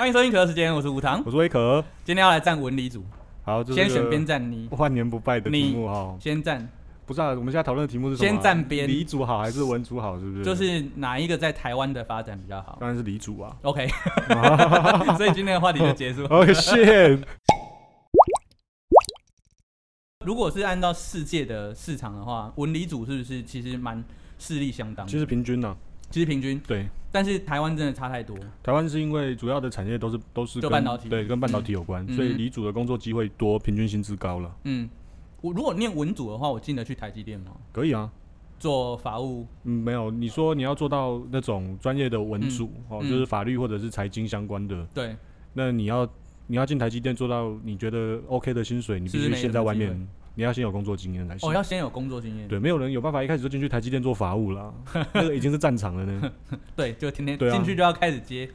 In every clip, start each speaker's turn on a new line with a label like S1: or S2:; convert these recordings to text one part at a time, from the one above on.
S1: 欢迎收听《可乐时间》，我是吴糖
S2: 我，是威可，
S1: 今天要来站文理组，
S2: 好，这是
S1: 先选边
S2: 个
S1: 站你，
S2: 万年不败的
S1: 你
S2: 题目哈，
S1: 先站
S2: 不是啊，我们现在讨论的题目是什么啊？
S1: 先站边
S2: 黎族好还是文族好？是不是？
S1: 就是哪一个在台湾的发展比较好
S2: 当然是黎族啊。
S1: ？OK，所以今天的话题就结束。
S2: 哦 shit！
S1: 如果是按照世界的市场的话，文理组是不是其实蛮势力相当的？
S2: 其实平均呢、啊
S1: 其实平均，
S2: 对，
S1: 但是台湾真的差太多。
S2: 台湾是因为主要的产业都是都是
S1: 就
S2: 跟
S1: 半导体
S2: 对，跟半导体有关，
S1: 嗯
S2: 所以黎族的工作机会多，平均薪资高了，
S1: 嗯，我如果念文组的话，我进得去台积电吗？
S2: 可以啊。
S1: 做法务，
S2: 嗯，没有，你说你要做到那种专业的文组、哦，
S1: 嗯
S2: 就是法律或者是财经相关的，
S1: 对，
S2: 那你要你要进台积电做到你觉得 OK 的薪水，你
S1: 是
S2: 必须
S1: 没什
S2: 先
S1: 么
S2: 在外
S1: 机会
S2: 面，你要先有工作经验才行。
S1: 哦，要先有工作经验，
S2: 对，没有人有办法一开始就进去台积电做法务 啦，那个已经是战场了呢，
S1: 对，就天天
S2: 对啊
S1: 进去就要开始接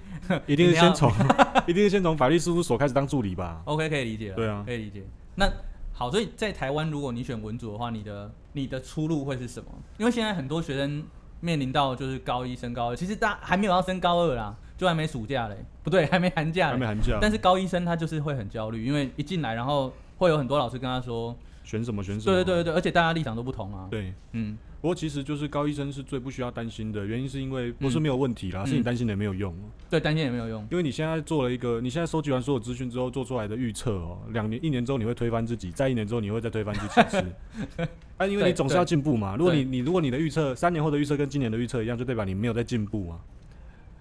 S2: 一定是
S1: 一定要
S2: 先从， 一定是先从法律事务所开始当助理吧。
S1: OK，可以理解了。
S2: 对啊
S1: 可以理解。那好，所以在台湾，如果你选文组的话，你的你的出路会是什么？因为现在很多学生面临到就是高一升高二，其实大还没有要升高二啦，就还没暑假嘞，不对，还没寒假
S2: 还没
S1: 嘞。
S2: 寒假，
S1: 但是高一生他就是会很焦虑，因为一进来，然后会有很多老师跟他说，
S2: 选什么选什么。
S1: 对对对对，而且大家立场都不同啊。
S2: 对
S1: 嗯，
S2: 不过其实就是高医生是最不需要担心的，原因是因为不是没有问题啦，是你
S1: 嗯
S2: 担心的没有用，
S1: 对，担心也没有用。
S2: 因为你现在做了一个，你现在收集完所有资讯之后做出来的预测哦，两年一年之后你会推翻自己，再一年之后你会再推翻自己一次。 啊，因为
S1: 对
S2: 你总是
S1: 对
S2: 要进步嘛。如果
S1: 对
S2: 你你如果你的预测三年后的预测跟今年的预测一样，就代表你没有在进步嘛。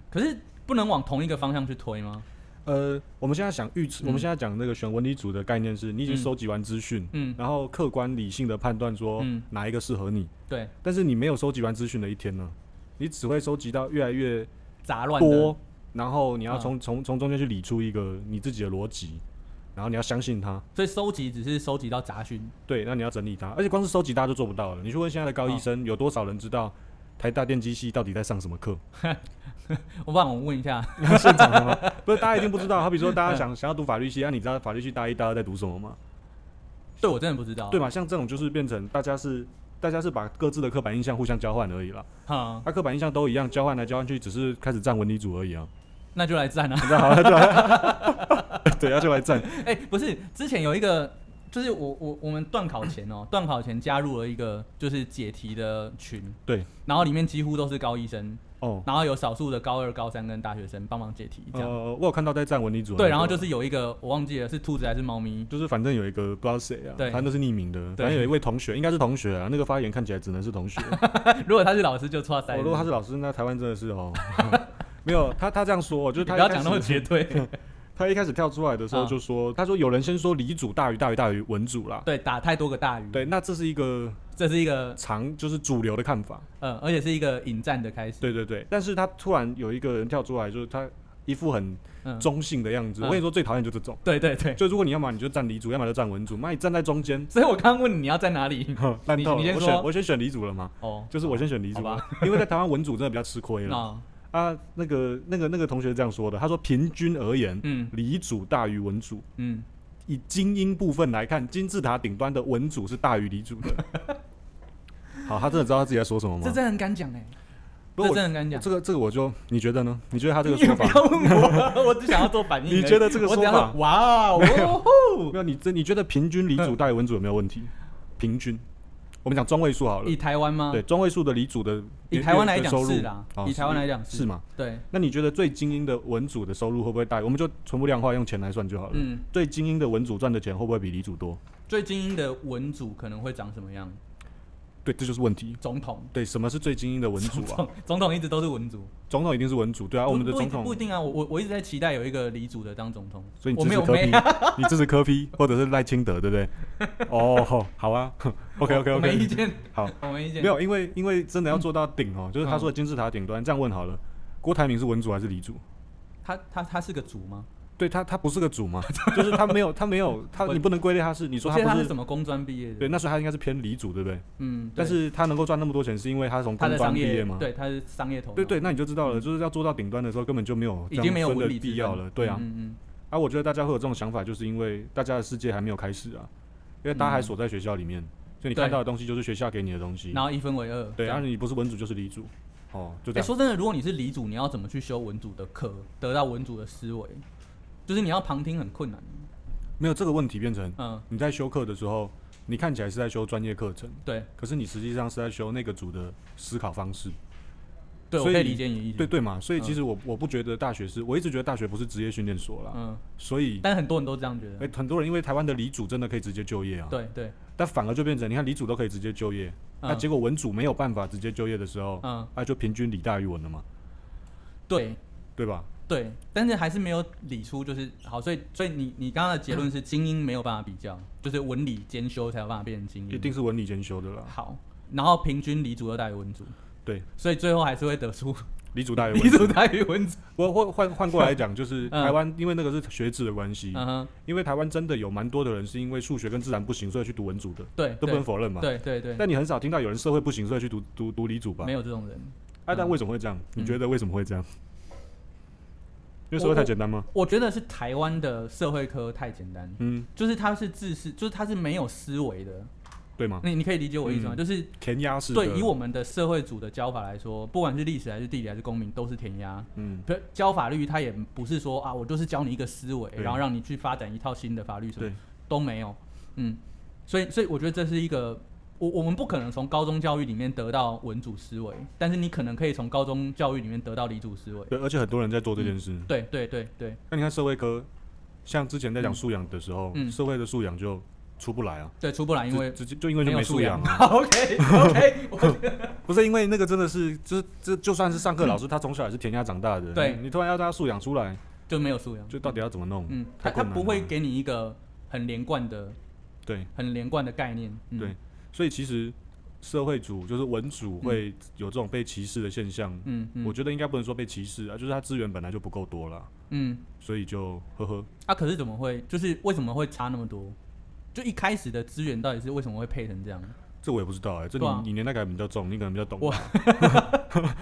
S1: 可是不能往同一个方向去推吗？
S2: 呃，我们现在想预测，
S1: 嗯
S2: 我们现在讲那个选文理组的概念是，你已经
S1: 嗯
S2: 收集完资讯，
S1: 嗯，
S2: 然后客观理性的判断说
S1: 嗯
S2: 哪一个适合你，
S1: 对，
S2: 但是你没有收集完资讯的一天呢，你只会收集到越来越
S1: 杂乱的。啊
S2: 多，然后你要从从从中间去理出一个你自己的逻辑，然后你要相信它，
S1: 所以收集只是收集到杂讯。
S2: 对，那你要整理它，而且光是收集大家就做不到了。你去问现在的高医生，
S1: 啊
S2: 有多少人知道台大电机系到底在上什么课？
S1: 我帮我问一下，
S2: 现场的吗？不是，大家一定不知道。好比说，大家想 想要读法律系，那、啊你知道法律系大一、大二在读什么吗？
S1: 对我真的不知道。
S2: 对嘛？像这种就是变成大家是大家是把各自的刻板印象互相交换而已啦。啊
S1: 哈、
S2: 那、刻板印象都一样，交换来交换去，只是开始站文理组而已啊。
S1: 那就来站啊！
S2: 那好 了，对吧？ 对，要就来站。
S1: 哎、不是，之前有一个，就是我我我们段考前 哦，段考前加入了一个就是解题的群，
S2: 对，
S1: 然后里面几乎都是高医生，
S2: 哦，
S1: 然后有少数的高二、高三跟大学生帮忙解题这样。
S2: 呃，我有看到在站文理组的那个。
S1: 对，然后就是有一个我忘记了是兔子还是猫咪，
S2: 就是反正有一个不知道谁啊，
S1: 对
S2: 反正都是匿名的，
S1: 对
S2: 反正有一位同学，应该是同学啊，那个发言看起来只能是 同学。
S1: 如果他是老师就错塞
S2: 哦
S1: 了。
S2: 如果他是老师，那台湾真的是哦， 没有他他这样说，哦就是
S1: 你
S2: 他
S1: 不
S2: 一
S1: 要
S2: 开
S1: 讲
S2: 始
S1: 那么绝对，
S2: 他一开始跳出来的时候
S1: 啊
S2: 就说，他说有人先说理主大于大于大于文主啦，
S1: 对，打太多个大鱼，，
S2: 对，那这是一个
S1: 这是一个
S2: 常就是主流的看法，
S1: 嗯，而且是一个引战的开始，
S2: 对对对。但是他突然有一个人跳出来，就是他一副很
S1: 嗯，
S2: 中性的样子。
S1: 嗯
S2: 我跟你说，最讨厌就这种，
S1: 对对对，
S2: 就如果你要么你就站理主，要么就站文主，妈你站在中间，
S1: 所以我刚刚问你你要在哪里，
S2: 烂透
S1: 你
S2: 了。
S1: 先
S2: 我
S1: 说
S2: 选我先选理主了嘛，
S1: 哦，
S2: 就是我先选理主了，因为在台湾文主真的比较吃亏了
S1: 啊，
S2: 啊。那个那个那个同学这样说的，他说平均而言，
S1: 嗯
S2: 理主大于文主。
S1: 嗯，
S2: 以精英部分来看，金字塔顶端的文主是大于理主的。 好，他真的知道他自己在说什么吗？
S1: 这真的很敢讲哎、
S2: 不
S1: 这
S2: 过
S1: 真的很敢讲。
S2: 这个这个我就你觉得呢？你觉得他这个
S1: 你
S2: 说
S1: 不
S2: 法？
S1: 要问我，我 只想要做反应而已。
S2: 你觉得这个
S1: 我只
S2: 说
S1: 要
S2: 法
S1: 说哇哦，哦
S2: 没
S1: 吼
S2: 有，你这你觉得平均理
S1: 嗯
S2: 主大于文主有没有问题？平均，我们讲中位数 好了
S1: 以。台湾吗？
S2: 对，，中位数的理主的
S1: 以
S2: 月
S1: 台湾来
S2: 月
S1: 讲
S2: 收入
S1: 是啦
S2: 哦
S1: 以台湾
S2: 是
S1: 来讲是
S2: 是吗？
S1: 对，
S2: 那你觉得最精英的文主的收入会不会大于？我们就全部量化用钱来算就好了。
S1: 嗯，
S2: 最精英的文主赚的钱会不会比理主多？
S1: 最精英的文组可能会长什么样？
S2: 对，这就是问题。
S1: 总统，
S2: 对，什么是最精英的文主啊？
S1: 总 总统一直都是文组。
S2: 总统一定是文主，对啊，
S1: 不
S2: 我们的
S1: 不一
S2: 总统
S1: 不一定啊，我我我一直在期待有一个黎组的当总统，
S2: 所以你
S1: 我
S2: 支
S1: 没
S2: 持
S1: 有
S2: 科
S1: 没啊
S2: 批，你支持科批或者是赖清德，对不对？哦，好啊 ，OK OK
S1: 我没意
S2: OK，
S1: 见，
S2: 好，
S1: 我没意见。
S2: 没有，因为因为真的要做到顶
S1: 嗯
S2: 哦，就是他说的金字塔顶端。这样问好了，郭台铭是文主还是黎主？
S1: 他他他是个组吗？
S2: 对他，他不是个 主嘛，就是他没有，他没有，他
S1: 我
S2: 你不能归类他是，你说
S1: 我记得
S2: 他
S1: 他
S2: 不
S1: 是
S2: 是，
S1: 什么工专毕业的？
S2: 对，那时候他应该是偏黎主，对不对？
S1: 嗯，对
S2: 但是他能够赚那么多钱，是因为他从
S1: 他
S2: 工
S1: 的
S2: 专
S1: 商
S2: 毕
S1: 业
S2: 业嘛？
S1: 对，他是商业头脑，
S2: 对对，那你就知道了，就是要做到顶端的时候，根本就没有
S1: 已
S2: 这
S1: 经
S2: 样
S1: 没有
S2: 分
S1: 文
S2: 的
S1: 理之
S2: 必要
S1: 分
S2: 了，对啊。
S1: 嗯嗯
S2: 啊，我觉得大家会有这种想法，就是因为大家的世界还没有开始啊，因为大家还锁在学校里面，所以你
S1: 嗯对
S2: 看到的东西就是学校给你的东
S1: 嗯，
S2: 西。
S1: 然后一分为二，
S2: 对，
S1: 这
S2: 然
S1: 样
S2: 后你不是文组就是理组，哦，就
S1: 哎、
S2: 这样。
S1: 说真的，如果你是理组，你要怎么去修文组的课，得到文组的思维？就是你要旁听很困难。
S2: 没有这个问题变成
S1: 嗯，
S2: 你在修课的时候，你看起来是在修专业课程，
S1: 对
S2: 可是你实际上是在修那个组的思考方式。
S1: 对，我
S2: 所以
S1: 可以理解你的意思。
S2: 对对嘛，所以
S1: 嗯
S2: 其实我我不觉得大学是，我一直觉得大学不是职业训练所啦，
S1: 嗯，
S2: 所以
S1: 但很多人都这样觉
S2: 哎、
S1: 得。
S2: 很多人因为台湾的理组真的可以直接就业啊，，
S1: 对对，
S2: 但反而就变成你看理组都可以直接就业，那、
S1: 嗯
S2: 结果文组没有办法直接就业的时候，
S1: 嗯，
S2: 那、就平均理大于文了嘛，
S1: 对
S2: 对吧？
S1: 对，但是还是没有理出就是好，所以所以你你刚刚的结论 是精英没有办法比较，就是文理兼修才有办法变成精英。
S2: 一定是文理兼修的啦，
S1: 好，然后平均理组又大于文组，
S2: 对，
S1: 所以最后还是会得出
S2: 理组大 于
S1: 理
S2: 文。
S1: 组大于文组。
S2: 我换换换过来讲，就是
S1: 嗯
S2: 台湾因为那个是学制的关系，
S1: 嗯哼，
S2: 因为台湾真的有蛮多的人是因为数学跟自然不行，所以去读文组的，
S1: 对，
S2: 都不能否认嘛。
S1: 对对对对，
S2: 但你很少听到有人社会不行，所以去读读读理组吧
S1: 没？有这种人。
S2: 啊，但
S1: 嗯
S2: 为什么会这样？你
S1: 嗯
S2: 觉得为什么会这样？因为社会太简单吗？
S1: 我觉得是台湾的社会科太简单，
S2: 嗯，
S1: 就是它是自私，就是它是没有思维的。
S2: 对吗？
S1: 你你可以理解我意思吗？
S2: 嗯
S1: 就是
S2: 填鸭式的
S1: 对，以我们的社会组的教法来说，不管是历史还是地理还是公民，都是填鸭。
S2: 嗯
S1: 可教法律，它也不是说啊，我就是教你一个思维，
S2: 对
S1: 然后让你去发展一套新的法律什么
S2: 对，
S1: 都没有。嗯，所以所以我觉得这是一个，我我们不可能从高中教育里面得到文主思维，但是你可能可以从高中教育里面得到理主思维。
S2: 对，而且很多人在做这件事。
S1: 对对对对
S2: 那你看社会科，像之前在讲
S1: 嗯
S2: 素养的时候，
S1: 嗯
S2: 社会的素养就出不来啊，
S1: 对，出不来，因为
S2: 直直接就因为就
S1: 有
S2: 没
S1: 素
S2: 素养啊，
S1: OK OK，
S2: 不是因为那个真的是，就是这就算是上课老师，他从小也是填鸭长大的，
S1: 对
S2: 你你突然要他素养出来，
S1: 就没有素养。
S2: 就到底要怎么弄？
S1: 嗯，他
S2: 太
S1: 他
S2: 困难
S1: 不会
S2: 了
S1: 给你一个很连贯的、
S2: 对，
S1: 很连贯的概念。嗯、
S2: 对所以其实社会组就是文组会有这种被歧视的现象，
S1: 嗯嗯，
S2: 我觉得应该不能说被歧视啊，就是他资源本来就不够多啦，
S1: 嗯
S2: 所以就呵呵，
S1: 啊，可是怎么会？就是为什么会差那么多？就一开始的资源到底是为什么会配成这样？
S2: 这我也不知道哎、这你、
S1: 对啊
S2: 你年代感比较重，你可能比较懂
S1: 我。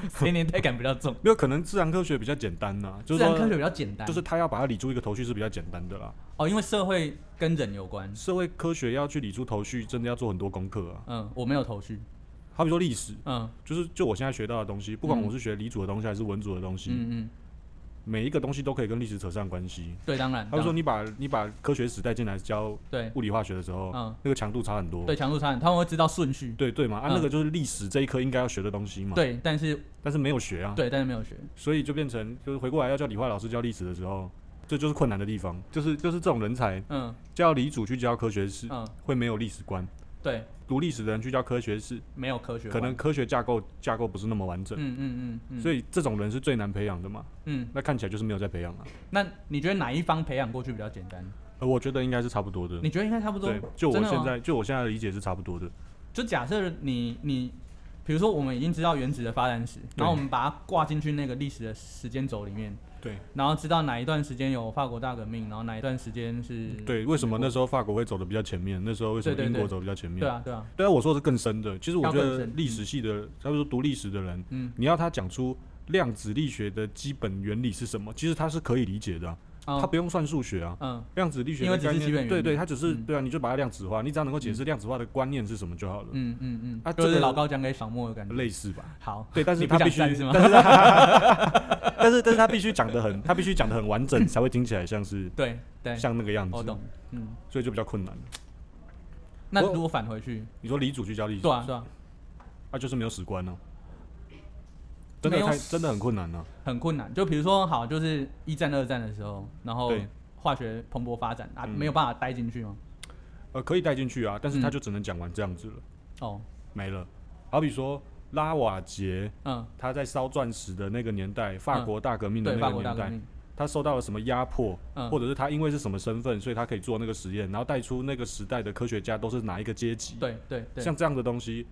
S1: 谁年代感比较重？
S2: 没有，可能自然科学比较简单呐、 就
S1: 自
S2: 是
S1: 然科
S2: 说，
S1: 学比较简单，
S2: 就是他要把它理出一个头绪是比较简单的啦。
S1: 哦，因为社会跟人有关。
S2: 社会科学要去理出头绪，真的要做很多功课啊。
S1: 嗯，我没有头绪。
S2: 好比说历史，
S1: 嗯
S2: 就是就我现在学到的东西，不管
S1: 嗯
S2: 我是学理组的东西还是文组的东西，
S1: 嗯嗯，
S2: 每一个东西都可以跟历史扯上关系。
S1: 对，啊当然。
S2: 他就
S1: 当
S2: 说
S1: 然
S2: 你把你把科学史带进来教
S1: 对
S2: 物理化学的时候，
S1: 嗯
S2: 那个强度差很多。
S1: 对强度差很，他们会知道顺序。
S2: 对对嘛，啊
S1: 嗯
S2: 那个就是历史这一科应该要学的东西嘛。，
S1: 对，但是
S2: 但是没有学啊，
S1: 对，但是没有学。
S2: 所以就变成就是回过来要叫理化老师教历史的时候，这就是困难的地方，就是就是这种人才
S1: 嗯
S2: 叫理组去教科学史，
S1: 嗯，
S2: 会没有历史观。
S1: 对，
S2: 读历史的人去教科学史，
S1: 没有科学化。
S2: 可能科学架构架构不是那么完整，
S1: 嗯嗯嗯嗯，
S2: 所
S1: 以
S2: 以这种人是最难培养的嘛。
S1: 嗯，
S2: 那看起来就是没有在培养啊。
S1: 那你觉得哪一方培养过去比较简单？
S2: 呃，我觉得应该是差不多的。
S1: 你觉得应该差不多
S2: 对？，就我
S1: 真的吗
S2: 现在就我现在的理解是差不多的。
S1: 就假设你你，比如说我们已经知道原子的发展史，然后我们把它挂进去那个历史的时间轴里面，
S2: 对
S1: 然后知道哪一段时间有法国大革命，然后哪一段时间是啊
S2: 对，为什么那时候法国会走的比较前面？那时候为什
S1: 嗯
S2: 么
S1: 对对
S2: 英
S1: 对
S2: 国走得比较前面？
S1: 对啊对啊，
S2: 对啊，我说的是更深的。其实我觉
S1: 要更
S2: 得
S1: 深
S2: 历史系的，他们说读历史的人，
S1: 嗯，
S2: 你要他讲出量子力学的基本原理是什么，其实他是可以理解的啊、他
S1: 哦
S2: 不用算数学啊。
S1: 嗯
S2: 量子力学
S1: 因为
S2: 的
S1: 只是
S2: 概念，
S1: 基本原理
S2: 对对，它只是、
S1: 嗯
S2: 对啊，你就把它量子化，你只要能够解释量子化的观念是什么就好了，
S1: 嗯嗯嗯，
S2: 啊
S1: 就是
S2: 这个
S1: 老高讲给小莫的感觉。
S2: 类似吧？
S1: 好，
S2: 对，但
S1: 你
S2: 是
S1: 不
S2: 他
S1: 想
S2: 必须，
S1: 站是吗
S2: 但是他但是但是他必须讲的很，他必须讲的很完 整，才会听起来像是
S1: 对对，
S2: 像那个样
S1: 我
S2: 子，
S1: 懂，嗯。
S2: 所以就比较困难。
S1: 那
S2: 我
S1: 如果返回去，
S2: 你说李主去教历史，
S1: 对啊对啊，
S2: 啊，就是没有史观呢、真的
S1: 没有
S2: 太真的很困难啊呢、
S1: 很困难。就比如说，好，就是一战、二战的时候，然后
S2: 对
S1: 化学蓬勃发展啊，
S2: 嗯
S1: 没有办法待进去吗？
S2: 呃，可以带进去啊，但是他
S1: 嗯
S2: 就只能讲完这样子了，
S1: 哦，
S2: 没了。好比说拉瓦杰
S1: 嗯，
S2: 他在烧钻石的那个年代，法
S1: 嗯
S2: 国大革命的
S1: 对，
S2: 那
S1: 法
S2: 个
S1: 国大
S2: 年
S1: 革
S2: 代，
S1: 命，
S2: 他受到了什么压迫，
S1: 嗯，
S2: 或者是他因为是什么身份，所以他可以做那个实验，然后带出那个时代的科学家都是哪一个阶级，
S1: 对对对，
S2: 像这样的东西，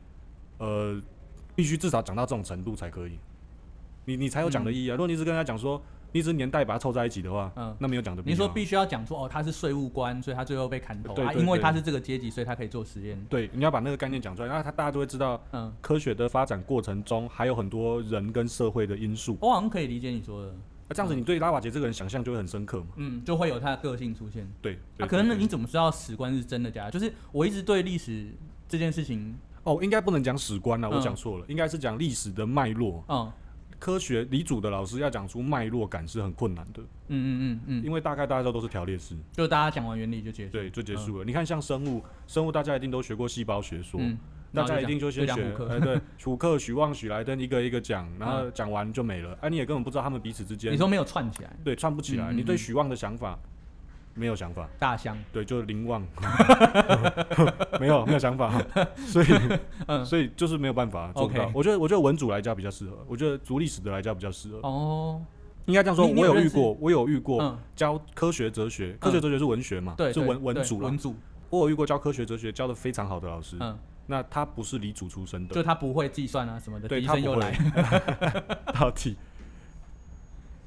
S2: 呃，必须至少讲到这种程度才可以，你你才有讲的意义啊。如果你只跟他讲说，你只是年代把它凑在一起的话，
S1: 嗯
S2: 那没有讲的必
S1: 你
S2: 要
S1: 说
S2: 啊。
S1: 必须要讲说哦，他是税务官，所以他最后被砍头
S2: 对
S1: 啊，
S2: 对
S1: 因为
S2: 对
S1: 他是这个阶级，所以他可以做实验。
S2: 对，你要把那个概念讲出来，然后他大家就会知道，
S1: 嗯，
S2: 科学的发展过程中还有很多人跟社会的因素。
S1: 我好像可以理解你说的，
S2: 那这样子，你对拉瓦杰这个人想象就会很深刻嘛？
S1: 嗯，就会有他的个性出现。
S2: 对，
S1: 啊
S2: 对
S1: 可能呢，
S2: 对
S1: 你怎么知道史观是真的假的？就是我一直对历史这件事情，
S2: 哦，应该不能讲史观了，我
S1: 嗯
S2: 讲错了，应该是讲历史的脉络。
S1: 嗯，
S2: 科学理组的老师要讲出脉络感是很困难的，
S1: 嗯嗯嗯嗯，
S2: 因为大概大家都是条列式，
S1: 就大家讲完原理就结束。
S2: 对，就结束了。你看像生物，生物大家一定都学过细胞学说，
S1: 嗯，
S2: 大
S1: 然后
S2: 家
S1: 就
S2: 一定
S1: 讲
S2: 先
S1: 讲
S2: 学
S1: 虎，克。
S2: 哎， 对，楚克、许望、许莱登一个一个讲，然后
S1: 嗯
S2: 讲完就没了，哎，你也根本不知道他们彼此之间
S1: 你，说没有串起来，
S2: 对，串不起来。
S1: 嗯嗯
S2: 你对
S1: 嗯
S2: 许望的想法没有想法，
S1: 大象，
S2: 对，就是零望， 没有没有想 法，所以所以就是没有办法做不到
S1: OK。
S2: 我觉得我觉得文组来家比较适合，我觉得读历史的来家比较适合。
S1: 哦，
S2: 应该这样说，
S1: 你你
S2: 我
S1: 有
S2: 有遇
S1: 认识
S2: 过，我有遇过
S1: 嗯，
S2: 教科学哲学，科学哲学是文学嘛，
S1: 对，
S2: 是
S1: 对
S2: 文文
S1: 对
S2: 组啦
S1: 文。组，
S2: 我有遇过教科学哲学教的非常好的老师，
S1: 嗯，
S2: 那他不是理组出身的，
S1: 就他不会计算啊什么的，
S2: 对
S1: 医
S2: 他
S1: 生
S2: 不
S1: 又
S2: 会
S1: 来，
S2: 到底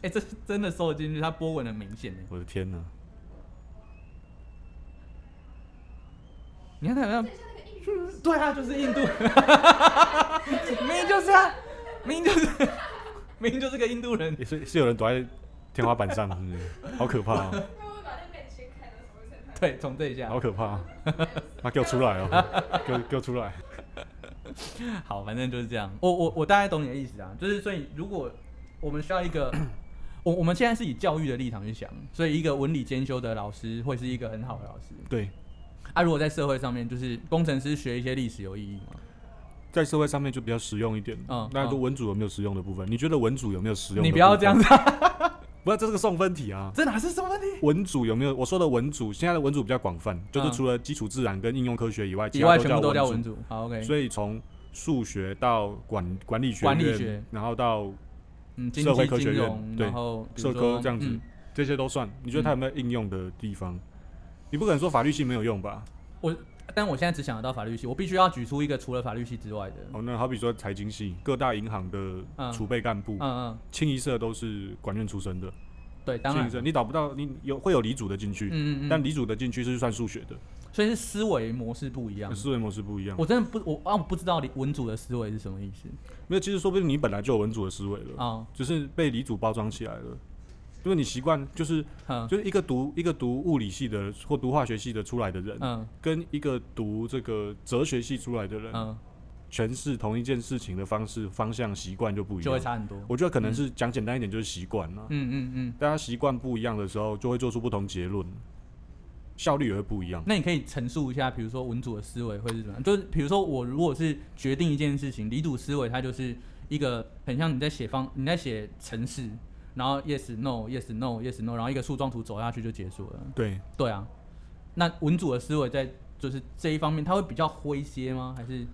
S1: 哎，这是真的收得进去，他波纹很明显呢。
S2: 我的天哪！
S1: 你看他好像， 对啊，就是印度， 明明就是啊，明明就是， 明明就是个印度人。
S2: 也是是有人躲在天花板上，是不是？好可怕、 啊，
S3: 他会把那个掀开的时候才看
S1: 对，从这一下
S2: 好，可怕、啊！啊，给我出来哦，给我给我出来！
S1: 好，反正就是这样。我我我大概懂你的意思啊，就是所以如果我们需要一个，我我们现在是以教育的立场去想，所以一个文理兼修的老师会是一个很好的老师。
S2: 对，
S1: 啊，如果在社会上面，就是工程师学一些历史有意义吗？
S2: 在社会上面就比较实用一点。
S1: 嗯
S2: 那就
S1: 嗯
S2: 文组有没有实用的部分？你觉得文组有没有实用的
S1: 你
S2: 部分？
S1: 不要这样子、啊，
S2: 不要这是个送分题啊！
S1: 这哪是什么问题？
S2: 文组有没有？我说的文组，现在的文组比较广泛，就是除了基础自然跟应用科学以外，
S1: 嗯
S2: 其
S1: 以
S2: 他
S1: 外全部都叫文
S2: 组。
S1: 组。好，OK。
S2: 所以从数学到管管理学院，
S1: 管理学
S2: 然后到
S1: 嗯，经
S2: 社会
S1: 济
S2: 科学
S1: 金
S2: 院
S1: 融，
S2: 对
S1: 然后比如
S2: 社科
S1: 说
S2: 这样子，
S1: 嗯
S2: 这些都算。你觉得它有没有应用的地方？你不可能说法律系没有用吧？
S1: 但我现在只想得到法律系，我必须要举出一个除了法律系之外的。
S2: 哦，那好比说财经系，各大银行的
S1: 嗯
S2: 储备干部
S1: 嗯，嗯，
S2: 清一色都是管院出身的。
S1: 对，当
S2: 清一
S1: 然，
S2: 色，你找不到，你有会有理组的进去，
S1: 嗯嗯
S2: 但
S1: 嗯，
S2: 理组的进去是算数学的，
S1: 所以是思维模式不一样。
S2: 思维模式不一样。
S1: 我真的不，我啊，我不知道文组的思维是什么意思
S2: 没有，其实说不定你本来就有文组的思维了，
S1: 啊？
S2: 只是被理组包装起来了。因为你习惯就是
S1: 嗯
S2: 就是一个读一个读物理系的或读化学系的出来的人，
S1: 嗯
S2: 跟一个读这个哲学系出来的人，
S1: 嗯，
S2: 诠释同一件事情的方式、方向、习惯就不一
S1: 就会
S2: 样。
S1: 差嗯很多。
S2: 我觉得可能是讲简单一点，就是习惯了。
S1: 嗯嗯嗯，
S2: 大家习惯不一样的时候，就会做出不同结论，效率也会不一样。
S1: 那你可以陈述一下，比如说文组的思维会是怎么样？就是比如说我如果是决定一件事情，理组思维它就是一个很像你在写方你在写程式，然后 yes no yes no yes no，然后一个树状图走下去就结束了。
S2: 对，
S1: 对啊，那文组的思维在就是这一方面，他会比较灰些吗？还是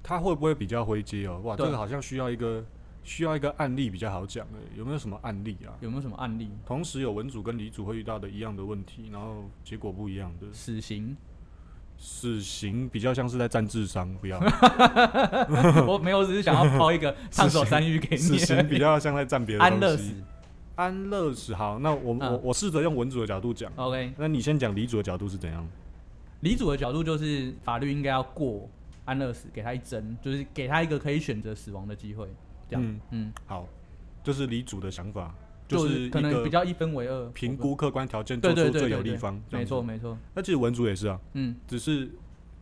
S2: 他会不会比较灰阶哦？哇，这
S1: 对
S2: 个好像需要一个需要一个案例比较好讲诶，有没有什么案例啊？
S1: 有没有什么案例？
S2: 同时有文组跟理组会遇到的一样的问题，然后结果不一样的。
S1: 死刑？
S2: 死刑比较像是在占智商，不
S1: 哎
S2: 要
S1: 我没有，我只是想要抛一 个烫手山芋给
S2: 死
S1: 你而
S2: 刑
S1: 已。
S2: 比较像在占别的
S1: 安
S2: 东
S1: 乐
S2: 西
S1: 死。
S2: 安乐死，好，那我、我
S1: 嗯哦
S2: 我试着用文组的角度讲，
S1: ，OK。
S2: 那你先讲理组的角度是怎样？
S1: 理组的角度就是法律应该要过安乐死，给他一针，就是给他一个可以选择死亡的机会。这样，
S2: 嗯，
S1: 嗯，
S2: 好，就是理组的想法，
S1: 就是
S2: 一
S1: 可能比
S2: 个
S1: 较一分为二
S2: 评。估客观条件，做
S1: 对对
S2: 出
S1: 对
S2: 最有
S1: 对
S2: 利
S1: 对
S2: 方。，这样
S1: 没
S2: 子
S1: 错。没错，
S2: 那其实文组也是啊，
S1: 嗯
S2: 只是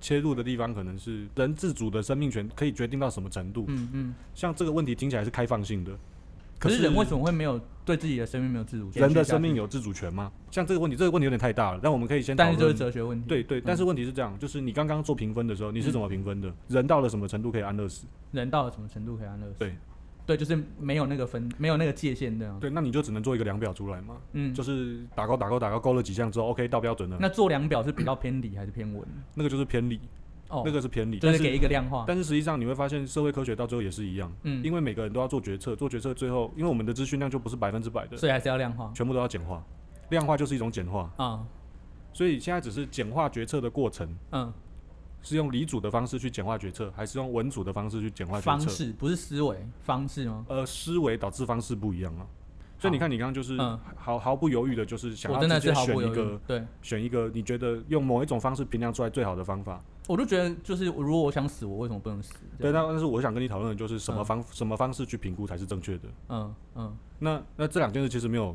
S2: 切入的地方可能是人自主的生命权可以决定到什么程度。
S1: 嗯嗯。
S2: 像这个问题听起来是开放性的，
S1: 可
S2: 是
S1: 是人为什么会没有对自己的生命没有自主权？
S2: 人的生命，有自主权吗？像这个问题，这个问题有点太大了，但我们可以先讨
S1: 但
S2: 论。
S1: 是就是哲学问题。
S2: 对对，
S1: 嗯
S2: 但是问题是这样，就是你刚刚做评分的时候，你是怎么评分的？人到了什么程度可以安乐死？
S1: 人到了什么程度可以安乐死？
S2: 对，
S1: 对，就是没有那个分，没有那个界限这样。
S2: 对，那你就只能做一个量表出来嘛，
S1: 嗯，
S2: 就是打勾打勾打勾勾了几项之后，OK 到标准了，
S1: 那做量表是比较偏理还是偏文？
S2: 那个就是偏理，
S1: 哦，
S2: 那个是偏理，
S1: 就
S2: 但
S1: 是给一个量化。
S2: 但是实际上你会发现，社会科学到最后也是一样，
S1: 嗯，
S2: 因为每个人都要做决策，做决策最后，因为我们的资讯量就不是百分之百的，
S1: 所以还是要量化
S2: 全部都要简化，量化就是一种简化，
S1: 啊。
S2: 所以现在只是简化决策的过程，
S1: 嗯，
S2: 是用理组的方式去简化决策，还是用文组的方式去简化决
S1: 方
S2: 策？
S1: 式不是思维方式吗？
S2: 呃，思维导致方式不一样啊。所以你看，你刚刚就是
S1: 嗯
S2: 毫毫不犹豫的，就是想
S1: 我
S2: 要
S1: 真的
S2: 直接
S1: 是毫
S2: 选
S1: 不
S2: 一
S1: 犹
S2: 个
S1: 豫。对，
S2: 选一个你觉得用某一种方式评量出来最好的方法。
S1: 我就觉得就是如果我想死，我为什么不能死？
S2: 对，
S1: 这
S2: 那
S1: 样，
S2: 但是我想跟你讨论的就是什么
S1: 嗯
S2: 方什么方式去评估才是正确的。
S1: 嗯嗯，
S2: 那那这两件事其实没有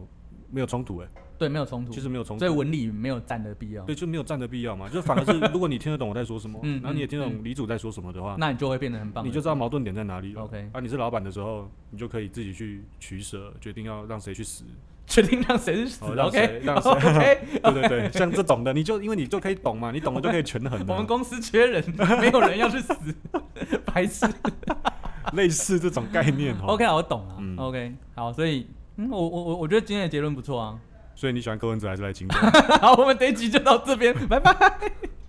S2: 没有冲突诶、欸
S1: 对，没有冲突，
S2: 其实没有冲突
S1: 所以，文理没有站的必要，
S2: 对，就没有站的必要嘛。就反而是如果你听得懂我在说什么，
S1: 啊 嗯
S2: 然后你也听得
S1: 嗯
S2: 懂李主在说什么的话，
S1: 那你就会变得很棒的
S2: 你
S1: 人。
S2: 就知道矛盾点在哪里了。
S1: 嗯 OK
S2: 啊，你是老板的时候，你就可以自己去取舍，决定要让谁去死。
S1: 决定让谁是死
S2: 哦让
S1: ，OK，OK，
S2: 谁让 谁 对对对，像这种的，你就因为你就可以懂嘛，你懂了就可以权衡 了。
S1: 我们公司缺人，没有人要去死，白 痴。
S2: 类似这种概念哦。
S1: OK，啊我懂了、
S2: 嗯
S1: OK，好，所以嗯，我我我我觉得今天的结论不错啊。
S2: 所以你喜欢柯文哲还是赖清德？
S1: 好，我们这一集就到这边，拜拜。